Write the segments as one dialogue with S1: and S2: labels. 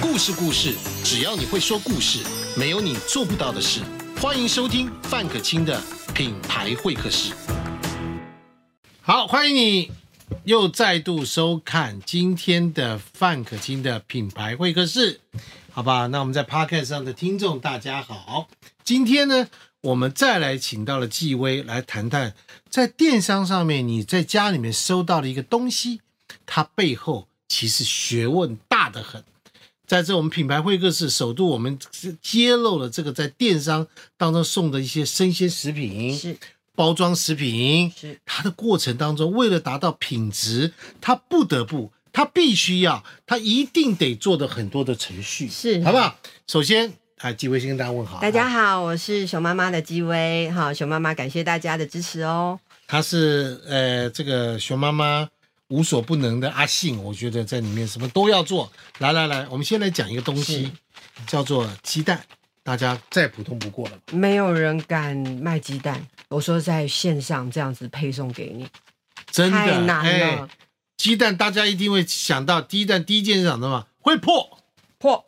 S1: 故事故事，只要你会说故事，没有你做不到的事。欢迎收听范可清的品牌会客室。好，欢迎你又再度收看今天的范可清的品牌会客室，好吧？那我们在 Podcast 上的听众大家好，今天呢，我们再来请到了纪薇来谈谈，在电商上面你在家里面收到的一个东西，它背后其实学问大得很。在这我们品牌会客室首度，我们揭露了这个在电商当中送的一些生鲜食品，
S2: 是
S1: 包装食品，
S2: 是
S1: 它的过程当中，为了达到品质，它不得不，它必须要，它一定得做的很多的程序，
S2: 是
S1: 好不好？首先，啊，纪薇先跟大家问好，
S2: 大家，好，我是熊妈妈的基薇，哈，熊妈妈感谢大家的支持哦。
S1: 她是呃这个熊妈妈无所不能的阿信，我觉得在里面什么都要做。来来来，我们先来讲一个东西，叫做鸡蛋，大家再普通不过了吧？
S2: 没有人敢卖鸡蛋，我说在线上这样子配送给你，
S1: 真的，
S2: 太难
S1: 哎
S2: 了，
S1: 鸡蛋大家一定会想到，鸡蛋第一件事想到什么？会破
S2: 破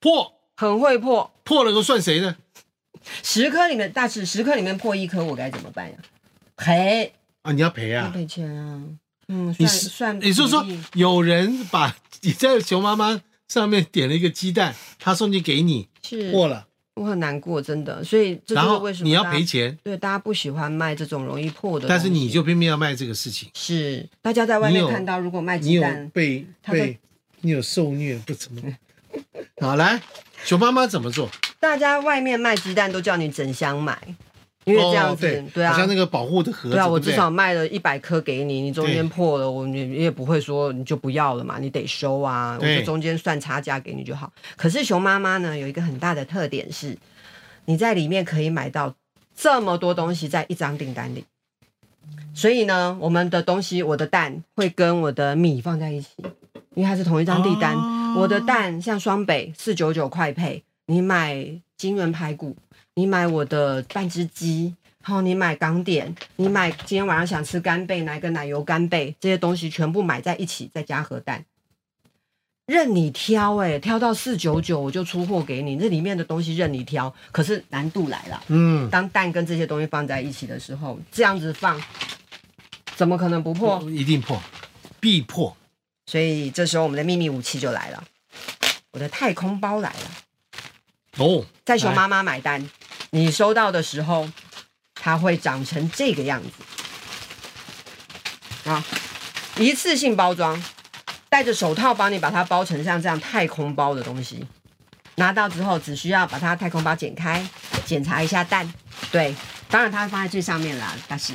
S1: 破。
S2: 很会破，
S1: 破了又算谁的？
S2: 十颗里面大致十颗里面破一颗，我该怎么办呀、赔
S1: 啊，你要赔
S2: 要
S1: 啊！
S2: 赔钱啊，嗯，
S1: 你
S2: 算
S1: 是
S2: 算比例，
S1: 你是说有人把你在熊妈妈上面点了一个鸡蛋，他送去给你
S2: 是
S1: 破了，
S2: 我很难过，真的，所以这就
S1: 然
S2: 是
S1: 后
S2: 为什么
S1: 你要
S2: 大家
S1: 赔，钱，
S2: 对，大家不喜欢卖这种容易破的东西，
S1: 但是你就偏偏要卖这个事情，
S2: 是大家在外
S1: 你
S2: 面
S1: 有
S2: 看到，如果卖
S1: 你
S2: 鸡
S1: 有
S2: 蛋，
S1: 被
S2: 他都
S1: 被你有受虐不怎么？ 好，来，熊妈妈怎么做？
S2: 大家外面卖鸡蛋都叫你整箱买，因为这样
S1: 哦
S2: 子，
S1: 对
S2: 啊
S1: 好，像那个保护的盒子，
S2: 对啊，我
S1: 不对
S2: 至少卖了一百颗给你，你中
S1: 对
S2: 间破了，我你也不会说你就不要了嘛，你得收啊，我
S1: 对
S2: 就中间算差价给你就好。可是熊妈妈呢，有一个很大的特点是，你在里面可以买到这么多东西在一张订单里。所以呢，我们的东西，我的蛋会跟我的米放在一起，因为它是同一张订单。
S1: 哦
S2: 我的蛋像双北四九九快配，你买金源排骨，你买我的半只鸡，然后你买港点，你买今天晚上想吃干贝，来个奶油干贝，这些东西全部买在一起，再加核蛋，任你挑、欸，挑到四九九我就出货给你，这里面的东西任你挑，可是难度来了。
S1: 嗯，
S2: 当蛋跟这些东西放在一起的时候，这样子放，怎么可能不破？
S1: 一定破，必破。
S2: 所以这时候我们的秘密武器就来了，我的太空包来了。
S1: 哦，
S2: 在熊
S1: 来
S2: 妈妈买单，你收到的时候，它会长成这个样子啊！一次性包装，戴着手套帮你把它包成像这样太空包的东西。拿到之后，只需要把它太空包剪开，检查一下蛋。对，当然它会放在最上面啦，但是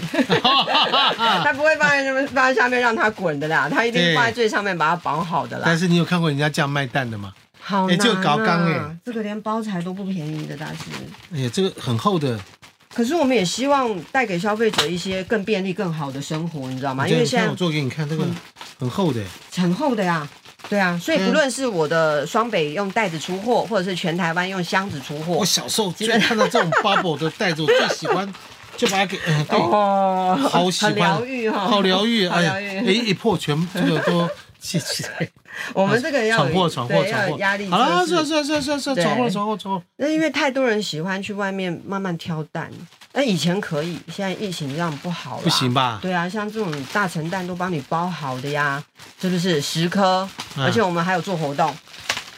S1: 啊
S2: 它不会放在那么放在下面让它滚的啦，它一定
S1: 对
S2: 是放在最上面把它绑好的啦
S1: 但。是你有看过人家这样卖蛋的吗？
S2: 好
S1: 哎
S2: 难、啊，
S1: 这个搞纲哎
S2: 这个连包材都不便宜的，大师。
S1: 哎呀，这个很厚的，
S2: 可是我们也希望带给消费者一些更便利、更好的生活，你知道吗？因为
S1: 你
S2: 现
S1: 看我
S2: 在
S1: 做给你看，这个
S2: 嗯
S1: 很厚的，
S2: 很厚的呀，对啊，所以
S1: 嗯
S2: 不论是我的双北用袋子出货，或者是全台湾用箱子出
S1: 我
S2: 货，
S1: 小时候最看到这种 bubble 的袋子，我最喜欢就把它给，嗯、对，
S2: 哦，
S1: 好喜欢，
S2: 很疗愈哈，
S1: 好疗愈，
S2: 好
S1: 哎
S2: 疗
S1: 呀，
S2: 愈。
S1: 一一破全这个都谢谢。
S2: 我们这个要
S1: 闯
S2: 有
S1: 祸，闯祸，
S2: 对
S1: 闯
S2: 要
S1: 祸
S2: 有压力，
S1: 好啊了，
S2: 测
S1: 算了
S2: 试
S1: 算了算了算了算了，
S2: 对
S1: 闯祸，闯祸，闯祸。
S2: 那因为太多人喜欢去外面慢慢挑蛋，那以前可以，现在疫情这样不好了，
S1: 不行吧？
S2: 对啊，像这种大成蛋都帮你包好的呀，是不是十颗？
S1: 嗯
S2: 而且我们还有做活动。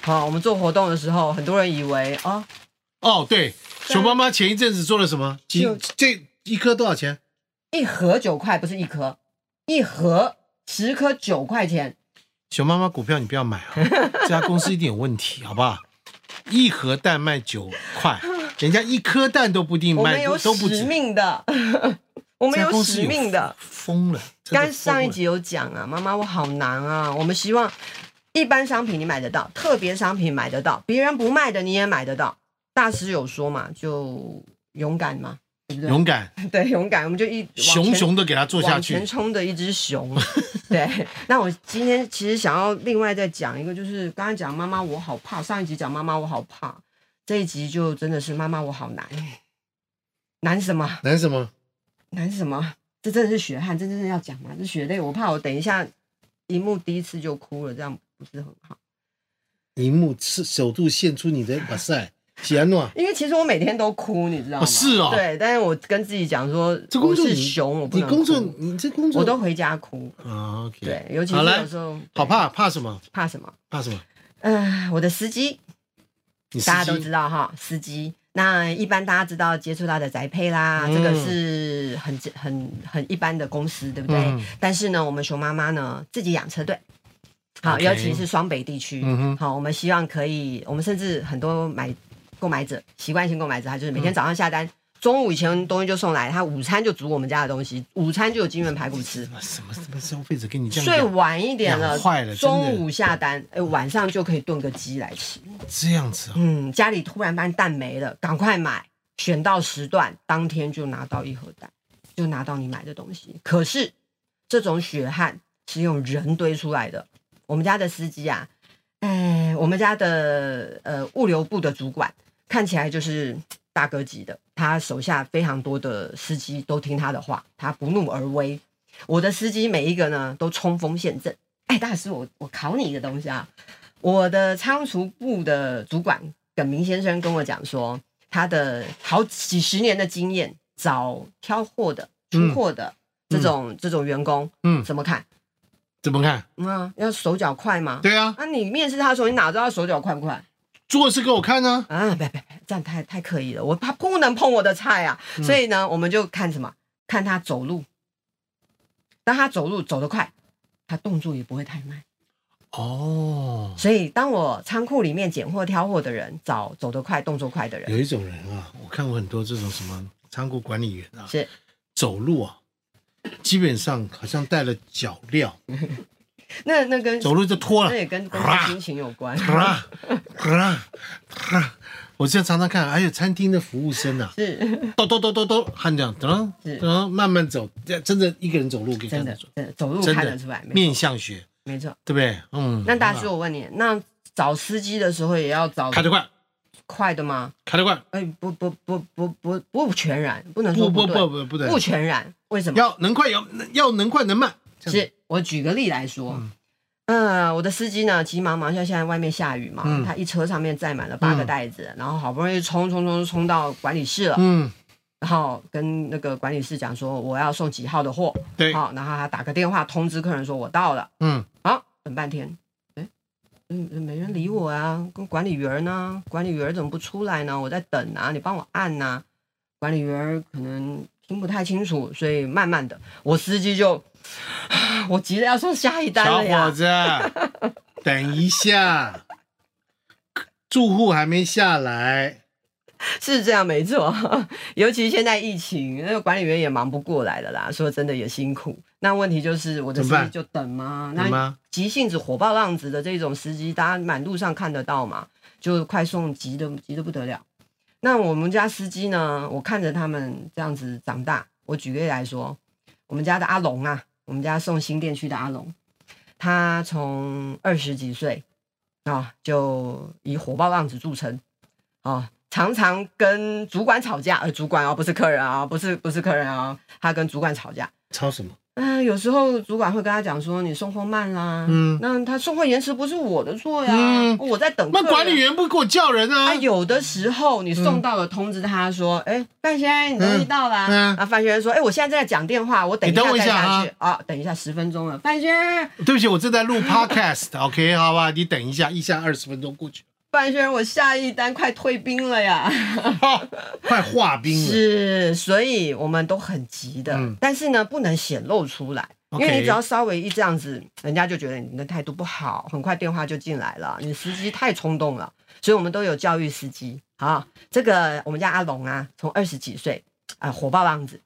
S2: 好、我们做活动的时候，很多人以为哦，
S1: 哦，对，熊妈妈前一阵子做了什么？几
S2: 啊就
S1: 这一颗多少钱？
S2: 一盒九块，不是一颗，一盒十颗九块钱，
S1: 熊妈妈股票你不要买 啊，这家公司一定有问题，好不好？一盒蛋卖九块，人家一颗蛋都不一定
S2: 我
S1: 卖
S2: 们，
S1: 都
S2: 有
S1: 嗯都不
S2: 使
S1: 止。
S2: 命的， 我
S1: 我
S2: 们有使命的。
S1: 疯了。真的
S2: 刚上一
S1: 疯了
S2: 集有讲啊，妈妈我好难啊，我们希望一般商品你买得到，特别商品买得到，别人不卖的你也买得到。大师有说嘛，就勇敢嘛， 对不对？
S1: 勇敢，
S2: 对，勇敢，我们就一往前
S1: 熊熊的给它做下
S2: 往
S1: 去
S2: 前。冲的一 只熊。对，那我今天其实想要另外再讲一个，就是刚刚讲妈妈我好怕，上一集讲妈妈我好怕，这一集就真的是妈妈我好难，难什么？
S1: 难什么？
S2: 难什么？这真的是血汗，这真的要讲吗？这血泪，我怕我等一下荧幕第一次就哭了，这样不是很好。
S1: 荧幕是首度现出你的哇塞，喜安诺，啊
S2: 因为其实我每天都哭，你知道吗？
S1: 哦是哦
S2: 对，但是我跟自己讲说，
S1: 这工作
S2: 我是
S1: 你
S2: 熊，我不
S1: 你
S2: 能
S1: 工作
S2: 哭
S1: 你这工作
S2: 我都回家哭。
S1: 啊 OK
S2: 对，尤其是
S1: 好来
S2: 有时候
S1: 好怕怕什么
S2: 怕什么？
S1: 怕什么？
S2: 嗯、我的司机
S1: 你司
S2: 大家都
S1: 机
S2: 知道哈，司机。那一般大家知道接触到的宅配啦，
S1: 嗯
S2: 这个是很很很一般的公司，对不对？
S1: 嗯
S2: 但是呢，我们熊妈妈呢自己养车队，好
S1: OK
S2: 尤其是双北地区，
S1: 嗯哼
S2: 好，我们希望可以，我们甚至很多买购买者习惯性购买者，他就是每天早上下单，中午以前东西就送来，他午餐就煮我们家的东西，午餐就有金源排骨吃。
S1: 啊什么什么消费者跟你这样
S2: 睡
S1: 讲
S2: 晚一点了，
S1: 养坏了真的
S2: 中午下单，哎，晚上就可以炖个鸡来吃。
S1: 这样子啊？
S2: 嗯，家里突然发现蛋没了，赶快买，选到时段，当天就拿到一盒蛋，就拿到你买的东西。可是这种血汗是用人堆出来的。我们家的司机啊，哎，我们家的呃物流部的主管看起来就是大哥级的，他手下非常多的司机都听他的话，他不怒而威。我的司机每一个呢都冲锋陷阵。哎，大师，我我考你一个东西啊，我的仓储部的主管耿明先生跟我讲说，他的好几十年的经验，找挑货的、出货的、这种、这种员工，
S1: 嗯，
S2: 怎么看？
S1: 怎么看？
S2: 嗯、啊，要手脚快吗？
S1: 对啊，
S2: 啊，你面试他的时候，你哪知道他手脚快不快？
S1: 做事给我看呢。
S2: 啊，别别别，这样太太刻意了，我怕不能碰我的菜啊。
S1: 嗯
S2: 所以呢，我们就看什么？看他走路。当他走路走得快，他动作也不会太慢。
S1: 哦，
S2: 所以，当我仓库里面拣货挑货的人，找走得快、动作快的人，
S1: 有一种人啊，我看过很多这种什么仓库管理员啊，
S2: 是
S1: 走路啊，基本上好像带了脚镣，
S2: 那那跟
S1: 走路就脱了
S2: 那，也跟跟
S1: 啊
S2: 心情有关，
S1: 啦啦啦！ 我现在常常看，还有餐厅的服务生啊，
S2: 是
S1: 咚咚咚咚咚，喊这样，噔
S2: 是
S1: 噔，慢慢走，真的一个人走路可以
S2: 真
S1: 看
S2: 的
S1: 得出，，
S2: 真的走路
S1: 真
S2: 看得
S1: 的
S2: 出来，没
S1: 面相学，
S2: 没错。
S1: 对不对？嗯，
S2: 那大
S1: 很
S2: 师，
S1: 好
S2: 我问你，那找司机的时候也要找
S1: 开得快，
S2: 快的吗？
S1: 开得快，
S2: 哎，不不不不不不全然，不能说
S1: 不不
S2: 对
S1: 不不不对，
S2: 不全然，为什么？
S1: 要能快要要能快能慢，这样嗯
S2: 是我举个例来说，呃，我的司机呢急忙忙，像现在外面下雨嘛，
S1: 嗯
S2: 他一车上面载满了八个
S1: 嗯
S2: 袋子，然后好不容易冲冲冲冲到管理室了，
S1: 嗯，
S2: 然后跟那个管理室讲说我要送几号的货，
S1: 对，
S2: 好，然后他打个电话通知客人说我到了，
S1: 嗯，
S2: 好，等半天，哎，嗯，没人理我啊，跟管理员呢，管理员怎么不出来呢？我在等啊，你帮我按呐、管理员可能听不太清楚，所以慢慢的，我司机就， 我急着要送下一单
S1: 小
S2: 了
S1: 伙
S2: 呀，
S1: 子， 等一下，住户还没下来，
S2: 是这样没错， 尤其现在疫情，那个管理员也忙不过来了啦，说真的也辛苦。那问题就是我的
S1: 怎么
S2: 司
S1: 办
S2: 机就等嘛，
S1: 怎
S2: 那
S1: 么？
S2: 急性子、火爆浪子的这种司机，大家满路上看得到嘛，就快送急的急的不得了。那我们家司机呢，我看着他们这样子长大，我举例来说，我们家的阿龙啊，我们家送新店区的阿龙，他从二十几岁啊、就以火爆浪子著称啊、常常跟主管吵架，呃，主管哦，不是客人啊、不是不是客人啊、他跟主管吵架，
S1: 抄什么？
S2: 嗯、有时候主管会跟他讲说你送货慢啦，
S1: 嗯
S2: 那他送货延迟不是我的错呀，哦
S1: 嗯
S2: 我在等客
S1: 那
S2: 人。
S1: 管理员不给我叫人啊
S2: 啊，？有的时候你送到了通知他说，哎、范先生，你东西到了啊。
S1: 嗯嗯
S2: 啊，范先生说，哎、我现在正在讲电话，我等一
S1: 你
S2: 下
S1: 等我
S2: 再
S1: 一下
S2: 下去啊等一下十分钟了，范先生，
S1: 对不起，我正在录 podcast，OK，、好 吧，你等一下，一下二十分钟过 去，
S2: 范先生，我下一单快退兵了呀。
S1: 哦、快化冰了。
S2: 是，所以我们都很急的，
S1: 嗯
S2: 但是呢，不能显露出来。因
S1: OK
S2: 为你只要稍微一这样子，人家就觉得你的态度不好，很快电话就进来了。你司机太冲动了，所以我们都有教育司机啊。这个我们家阿龙啊，从二十几岁啊、火爆浪子，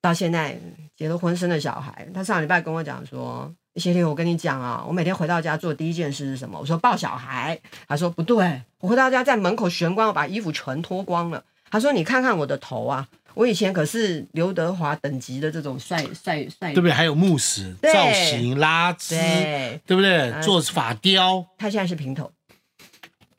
S2: 到现在结了婚生了小孩。他上礼拜跟我讲说，协理，我跟你讲啊，我每天回到家做第一件事是什么？我说抱小孩。他说不对，我回到家在门口玄关，我把衣服全脱光了。他说你看看我的头啊，我以前可是刘德华等级的这种帅帅帅，
S1: 对不对？还有牧师
S2: 对
S1: 造型拉枝，
S2: 对，
S1: 对不对？
S2: 啊
S1: 做发雕，
S2: 他现在是平头。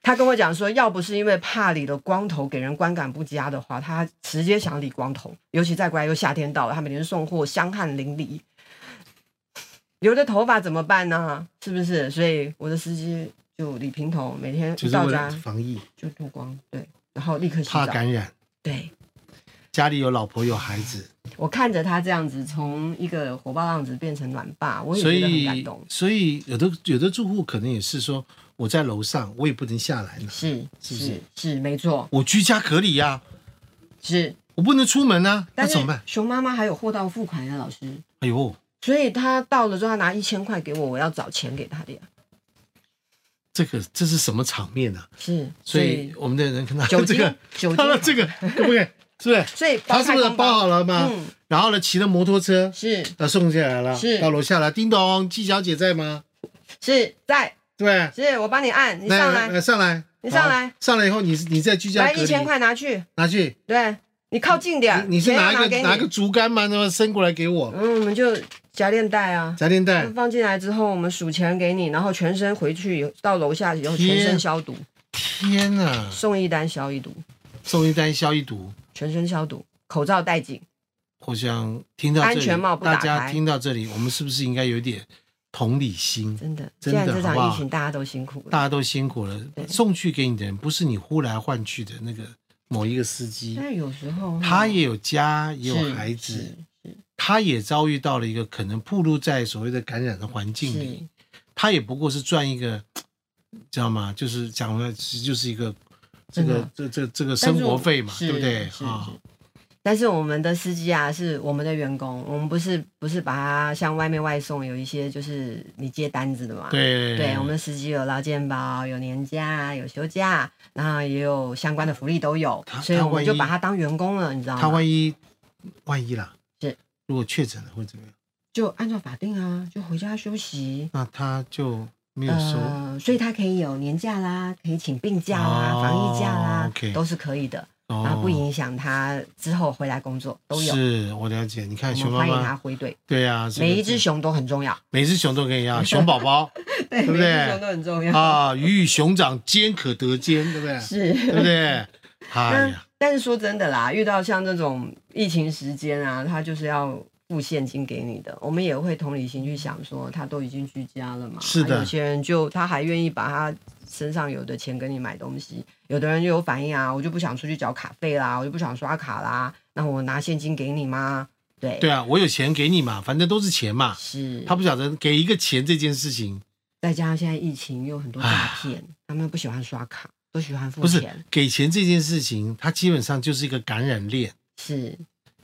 S2: 他跟我讲说，要不是因为怕理了光头给人观感不佳的话，他直接想理光头。尤其再过来又夏天到了，他每天送货，香汗淋漓，留着头发怎么办呢？是不是？所以我的司机就理平头，每天
S1: 就
S2: 一
S1: 是
S2: 到
S1: 为
S2: 家
S1: 了防疫，
S2: 就脱光，对，然后立刻洗
S1: 怕
S2: 澡。
S1: 感染，
S2: 对
S1: 家里有老婆有孩子，
S2: 我看着他这样子从一个火爆浪子变成暖爸，我也
S1: 所
S2: 觉得很感
S1: 以
S2: 动。
S1: 所以有的有的住户可能也是说，我在楼上，我也不能下来呢，
S2: 是
S1: 是不是
S2: 是是，没错，
S1: 我居家隔离呀、
S2: 是。
S1: 我不能出门啊，那
S2: 但
S1: 怎
S2: 是
S1: 么办？
S2: 熊妈妈还有货到付款呀，老师。
S1: 哎呦，
S2: 所以他到了之后，他拿一千块给我，我要找钱给他的呀。
S1: 这个这是什么场面啊？
S2: 是，
S1: 所以我们的人看到
S2: 酒
S1: 这
S2: 精
S1: 个，
S2: 酒精
S1: 看到这个，可不可以？是不 是？
S2: 所以
S1: 他是不是
S2: 太空
S1: 包好了吗？
S2: 嗯，
S1: 然后呢，骑着摩托车，
S2: 是
S1: 呃，送下来了，
S2: 是
S1: 到楼下了，叮咚，季小姐在吗？
S2: 是在
S1: 对不对，
S2: 是，我帮你按，你上来，
S1: 呃上来，
S2: 你上来
S1: 好，上来以后你是你在居家
S2: 来
S1: 隔
S2: 一
S1: 离，
S2: 千块拿去，
S1: 拿去，
S2: 对你靠近点，
S1: 你是
S2: 钱
S1: 拿
S2: 要
S1: 一个
S2: 给
S1: 拿
S2: 你
S1: 一个竹竿吗？那么伸过来给我，
S2: 嗯，我们就夹链袋啊，
S1: 夹链袋，
S2: 放进来之后，我们数钱给你，然后全身回去到楼下以后
S1: 天啊
S2: 全身消毒，
S1: 天哪，
S2: 送一单消一毒，
S1: 送一单消一毒。
S2: 全身消毒，口罩戴紧，
S1: 我想听到这里，
S2: 安全帽不
S1: 大
S2: 打开
S1: 家听到这里，我们是不是应该有一点同理心？
S2: 真的，
S1: 真
S2: 现
S1: 的
S2: 在这
S1: 好不好
S2: 场疫情大家都辛苦
S1: 大
S2: 了，
S1: 家都辛苦了，
S2: 对
S1: 送去给你的人不是你呼来唤去的那个某一个司机，
S2: 但有时候
S1: 他也有家，也有
S2: 嗯是
S1: 孩子，他也遭遇到了一个可能暴露在所谓的感染的环
S2: 是
S1: 境
S2: 是
S1: 里，他也不过是赚一个，知道吗？就是讲了，就是一个这
S2: 真的
S1: 个这这这个
S2: 嗯但
S1: 生
S2: 是我
S1: 活费嘛，
S2: 是
S1: 对不对
S2: 是
S1: 啊
S2: 是？但是我们的司机啊，是我们的员工，我们不是不是把他像外面外送，有一些就是你接单子的嘛。
S1: 对
S2: 对，我们司机有劳健保，有年假，有休假，然后也有相关的福利都有
S1: 他，
S2: 所以
S1: 他
S2: 我
S1: 万
S2: 们
S1: 一
S2: 就把他当员工了，你知道吗？
S1: 他万一万一啦，
S2: 是
S1: 如果确诊了会怎么样？
S2: 就按照法定啊，就回家休息。
S1: 那他就没有收。
S2: 呃，所以他可以有年假啦，可以请病假啦、
S1: 哦
S2: 防疫假啦
S1: OK
S2: 都是可以的，
S1: 哦，
S2: 然后不影响他之后回来工作都有。
S1: 是我了解，你看
S2: 我
S1: 熊
S2: 们
S1: 妈
S2: 欢迎他
S1: 妈，
S2: 回队，
S1: 对啊，这个
S2: 每一只熊都很重要，
S1: 每只熊都可以啊， 熊宝 宝
S2: 对
S1: 不对
S2: 每一只熊都很重要。
S1: 啊，鱼与熊掌兼可得兼，对不对？对不
S2: 是，
S1: 对？哎
S2: 但
S1: 呀，
S2: 但是说真的啦，遇到像这种疫情时间啊，他就是要付现金给你的，我们也会同理心去想说，他都已经居家了嘛，
S1: 是的
S2: 有些人就他还愿意把他身上有的钱跟你买东西，有的人就有反应啊，我就不想出去缴卡费啦，我就不想刷卡啦，那我拿现金给你吗？对，
S1: 对啊，我有钱给你嘛，反正都是钱嘛。
S2: 是，
S1: 他不晓得给一个钱这件事情，
S2: 再加上现在疫情又有很多
S1: 唉
S2: 诈骗，他们不喜欢刷卡，都喜欢付
S1: 不是
S2: 钱，
S1: 给钱这件事情，它基本上就是一个感染链，
S2: 是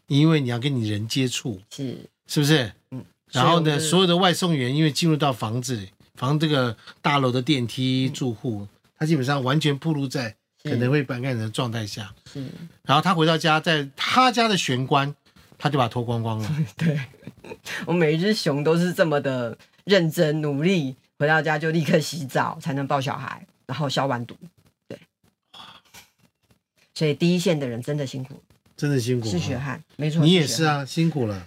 S1: 因为你要跟你人接触，
S2: 是，
S1: 是不是？
S2: 嗯，
S1: 然后呢，
S2: 所以我们就是
S1: 所有的外送员因为进入到房子里、房这个大楼的电
S2: 嗯
S1: 梯、住户，他基本上完全暴露在
S2: 是
S1: 可能会感染的状态下。
S2: 是，
S1: 然后他回到家，在他家的玄关，他就把它脱光光了。
S2: 对，我每一只熊都是这么的认真努力，回到家就立刻洗澡才能抱小孩，然后消完毒。对，所以第一线的人真的辛苦，
S1: 真的辛苦、
S2: 是血
S1: 啊，
S2: 汗，没错，
S1: 你
S2: 血
S1: 也是
S2: 汗，
S1: 啊，辛苦了。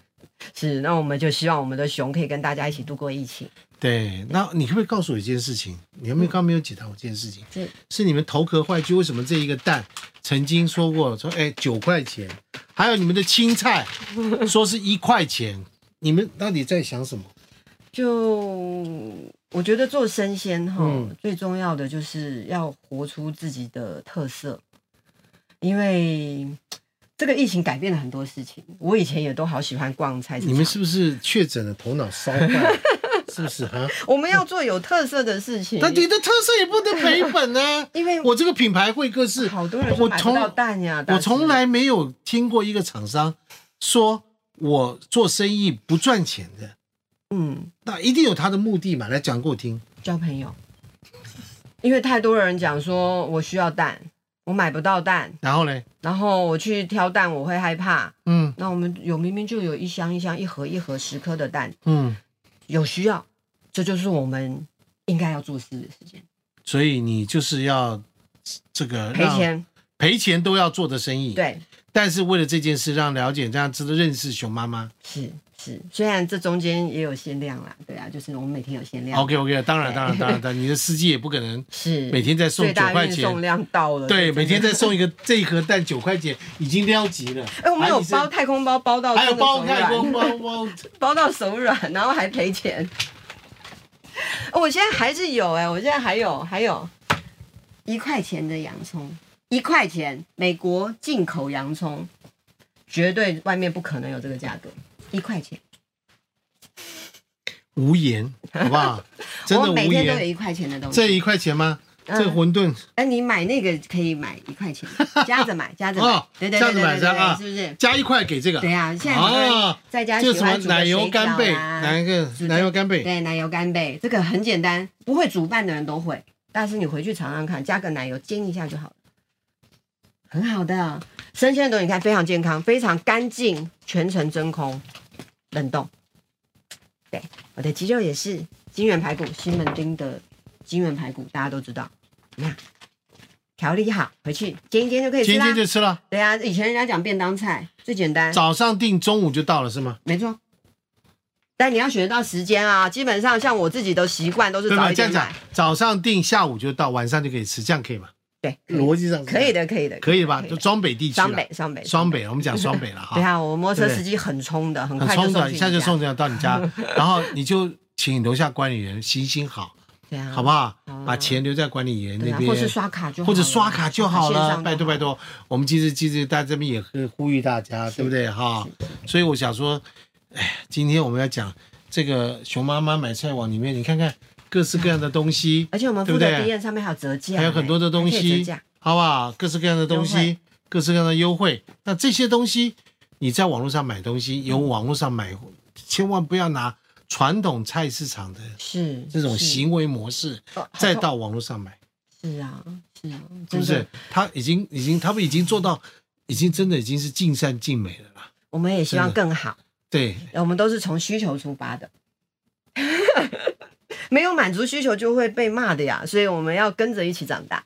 S2: 是。那我们就希望我们的熊可以跟大家一起度过疫情。
S1: 对，那你可不可以告诉我一件事情？你有没有刚没有解答我这件事情？
S2: 是
S1: 是你们头壳坏去，为什么这一个蛋曾经说过说，哎，九块钱，还有你们的青 菜说是一块钱，你们到底在想什 么？
S2: 就我觉得做生鲜哈，
S1: 嗯
S2: 最重要的就是要活出自己的特色，因为这个疫情改变了很多事情。我以前也都好喜欢逛菜市场，
S1: 你们是不是确诊了头脑烧 坏？是不是哈？
S2: 我们要做有特色的事情。
S1: 但你的特色也不能赔本啊！
S2: 因为
S1: 我这个品牌会客室，
S2: 好多人
S1: 我
S2: 都买不
S1: 从
S2: 到蛋呀，大
S1: 我
S2: 师
S1: 从来没有听过一个厂商说我做生意不赚钱的，
S2: 嗯
S1: 那一定有他的目的嘛。来讲给我听。
S2: 交朋友，因为太多人讲说我需要蛋，我买不到蛋，
S1: 然后呢，
S2: 然后我去挑蛋我会害怕。
S1: 嗯
S2: 那我们有明明就有一箱一箱、一盒一盒十颗的蛋，
S1: 嗯，
S2: 有需要，这就是我们应该要做事的时间。
S1: 所以你就是要这个
S2: 赔
S1: 让
S2: 钱，
S1: 赔钱都要做的生意。，
S2: 对，
S1: 但是为了这件事，让了解这样知道认识熊妈妈。
S2: 是是，虽然这中间也有限量啦，对啊，就是我们每天有限量。
S1: OK OK，当然
S2: 对
S1: 当然 当然，当然，你的司机也不可能
S2: 是
S1: 每天在送
S2: 最
S1: 九
S2: 大
S1: 块
S2: 运送
S1: 钱。
S2: 量到了，
S1: 对，
S2: 就真的
S1: 每天再送一个这一盒蛋九块钱，已经撩急了。
S2: 哎、我们有
S1: 还一直
S2: 包，太空包，包到
S1: 还有
S2: 真的
S1: 包
S2: 手
S1: 开
S2: 软
S1: 包包包，
S2: 包到手软，然后还赔钱。哦 我现在还是有哎、我现在还有还有一块钱的洋葱，一块钱美国进口洋葱，绝对外面不可能有这个价格，一块钱，
S1: 无言，好不 好？真的
S2: 我每
S1: 无
S2: 天都有
S1: 言。
S2: 一块钱的东西。
S1: 这一块钱吗？
S2: 嗯
S1: 这个馄饨
S2: 哎，你买那个可以买一块钱， 加着买，加着买
S1: 哦，
S2: 对对
S1: 加
S2: 对
S1: 着
S2: 对
S1: 买
S2: 对
S1: 这样啊
S2: 对，是不是？
S1: 加一块给这个
S2: 对，呀，现在很多人
S1: 啊
S2: 在家
S1: 这
S2: 喜
S1: 什么
S2: 欢煮个
S1: 奶油
S2: 水
S1: 干
S2: 饺啊
S1: 贝，
S2: 啦
S1: 哪一个
S2: 煮
S1: 奶油干贝？
S2: 对，奶油干贝，这个很简单，不会煮饭的人都会。但是你回去尝尝看，加个奶油煎一下就好了，很好的生鲜的东西，你看非常健康，非常干净，全程真空冷冻。对，我的鸡肉也是金源排骨，西门町的金源排骨，大家都知道。你看，调理好，回去煎一煎就可以吃
S1: 今
S2: 啦。嗯
S1: 天就吃了，
S2: 对啊，以前人家讲便当菜最简单，
S1: 早上订，中午就到了是吗？
S2: 没错。但你要选得到时间啊，基本上像我自己的习惯都是
S1: 对吧？
S2: 早一
S1: 这
S2: 点
S1: 样讲
S2: 买。，
S1: 早上订，下午就到，晚上就可以吃，这样可以吗？
S2: 对，
S1: 逻辑上是
S2: 嗯可以的，可以的，
S1: 可以吧？
S2: 可以
S1: 就
S2: 的
S1: 双北地区
S2: 双
S1: 了，
S2: 北，双北，
S1: 双北，我们讲双北了
S2: 对
S1: 哈，
S2: 啊，我摩托车
S1: 对
S2: 司机很冲的，很
S1: 很
S2: 快就
S1: 冲
S2: 送
S1: 的，
S2: 去
S1: 一
S2: 你
S1: 下就
S2: 家
S1: 送。这样到你家，然后你就请楼下管理员行行好，
S2: 对啊，
S1: 好不好
S2: 嗯？
S1: 把钱留在管理员
S2: 对
S1: 那
S2: 啊，
S1: 边，
S2: 或是刷卡就好
S1: 或者
S2: 了
S1: 刷卡就好
S2: 线
S1: 了，
S2: 上
S1: 拜托
S2: 就好
S1: 拜托。我们其实其实大家这边也是呼吁大家，对不对哈？所以我想说，哎，今天我们要讲这个熊妈妈买菜网里面，你看看各式各样的东西，
S2: 而且我们
S1: 对不
S2: 附的 D
S1: 对？
S2: N 上面还有折价，
S1: 还有很多的东
S2: 哎还可以
S1: 西
S2: 折价，
S1: 好不好？各式各样的东
S2: 优
S1: 西
S2: 惠，
S1: 各式各样的优惠。那这些东西你在网络上买东西，有网络上买，千万不要拿传统菜市场的
S2: 是
S1: 这种
S2: 是
S1: 行为模式，
S2: 哦好
S1: 再
S2: 痛
S1: 到网络上买。
S2: 是啊是啊，
S1: 是不
S2: 真的
S1: 是？他已经已经他们已经做到，已经真的已经是尽善尽美了啦。
S2: 我们也希望更好，
S1: 对，
S2: 我们都是从需求出发的， 没有满足需求就会被骂的呀，所以我们要跟着一起长大。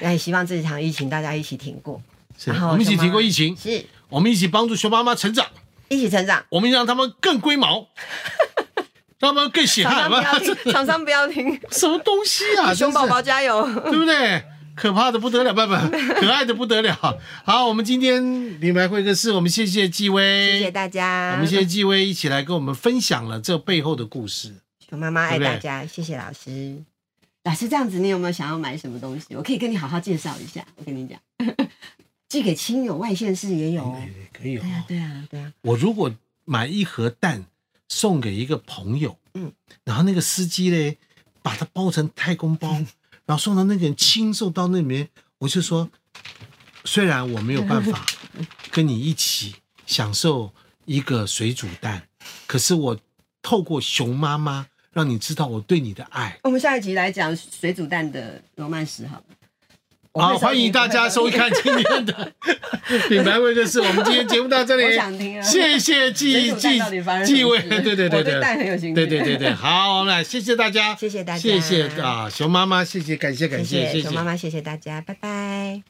S2: 那也希望这场疫情大家一起挺过，
S1: 是
S2: 然后
S1: 我们一起
S2: 熊妈
S1: 提过疫情，
S2: 是
S1: 我们一起帮助熊妈妈成长，
S2: 一起 成长。
S1: 我们让他们更龟 毛，让他们更血汗
S2: 厂商不要
S1: 吧。
S2: 听，厂商不要 听，
S1: 这什么东西啊？
S2: 熊宝
S1: 真是
S2: 宝加油！
S1: 对不对？可怕的不得了，不 不，可爱的不得了。好，我们今天李白会客室，我们谢谢纪
S2: 谢
S1: 薇，
S2: 谢大家，
S1: 我们谢谢纪薇一起来跟我们分享了这背后的故事。
S2: 熊妈妈
S1: 对
S2: 爱
S1: 不对
S2: 大家，谢谢老师。老师这样子，你有没有想要买什么东西？我可以跟你好好介绍一下。我跟你讲， 寄给亲友，外县市也有哦。
S1: 哎可以哦
S2: 对。啊，对啊，对啊，
S1: 我如果买一盒蛋送给一个朋友，
S2: 嗯，
S1: 然后那个司机嘞把它包成太空包，然后送到那个人亲送到那里面，我就说，虽然我没有办法跟你一起享受一个水煮蛋，可是我透过熊妈妈让你知道我对你的爱。
S2: 我们下一集来讲水煮蛋的罗曼史好了。我
S1: 好，
S2: 会收
S1: 欢迎大家收看今天 的品牌会客室。我们今天节目到这里，
S2: 我想听啊
S1: 谢谢
S2: 水
S1: 季
S2: 煮蛋
S1: 季
S2: 到底发生什
S1: 季
S2: 么
S1: 伟，
S2: 事
S1: 对对对对，
S2: 我对蛋很有兴趣。
S1: 对对对对，好，我们来谢谢大家，
S2: 谢谢大家
S1: 谢谢啊，熊妈妈，谢谢，感谢感
S2: 谢
S1: 谢
S2: 谢
S1: 谢
S2: 熊妈妈，谢谢大家，拜拜。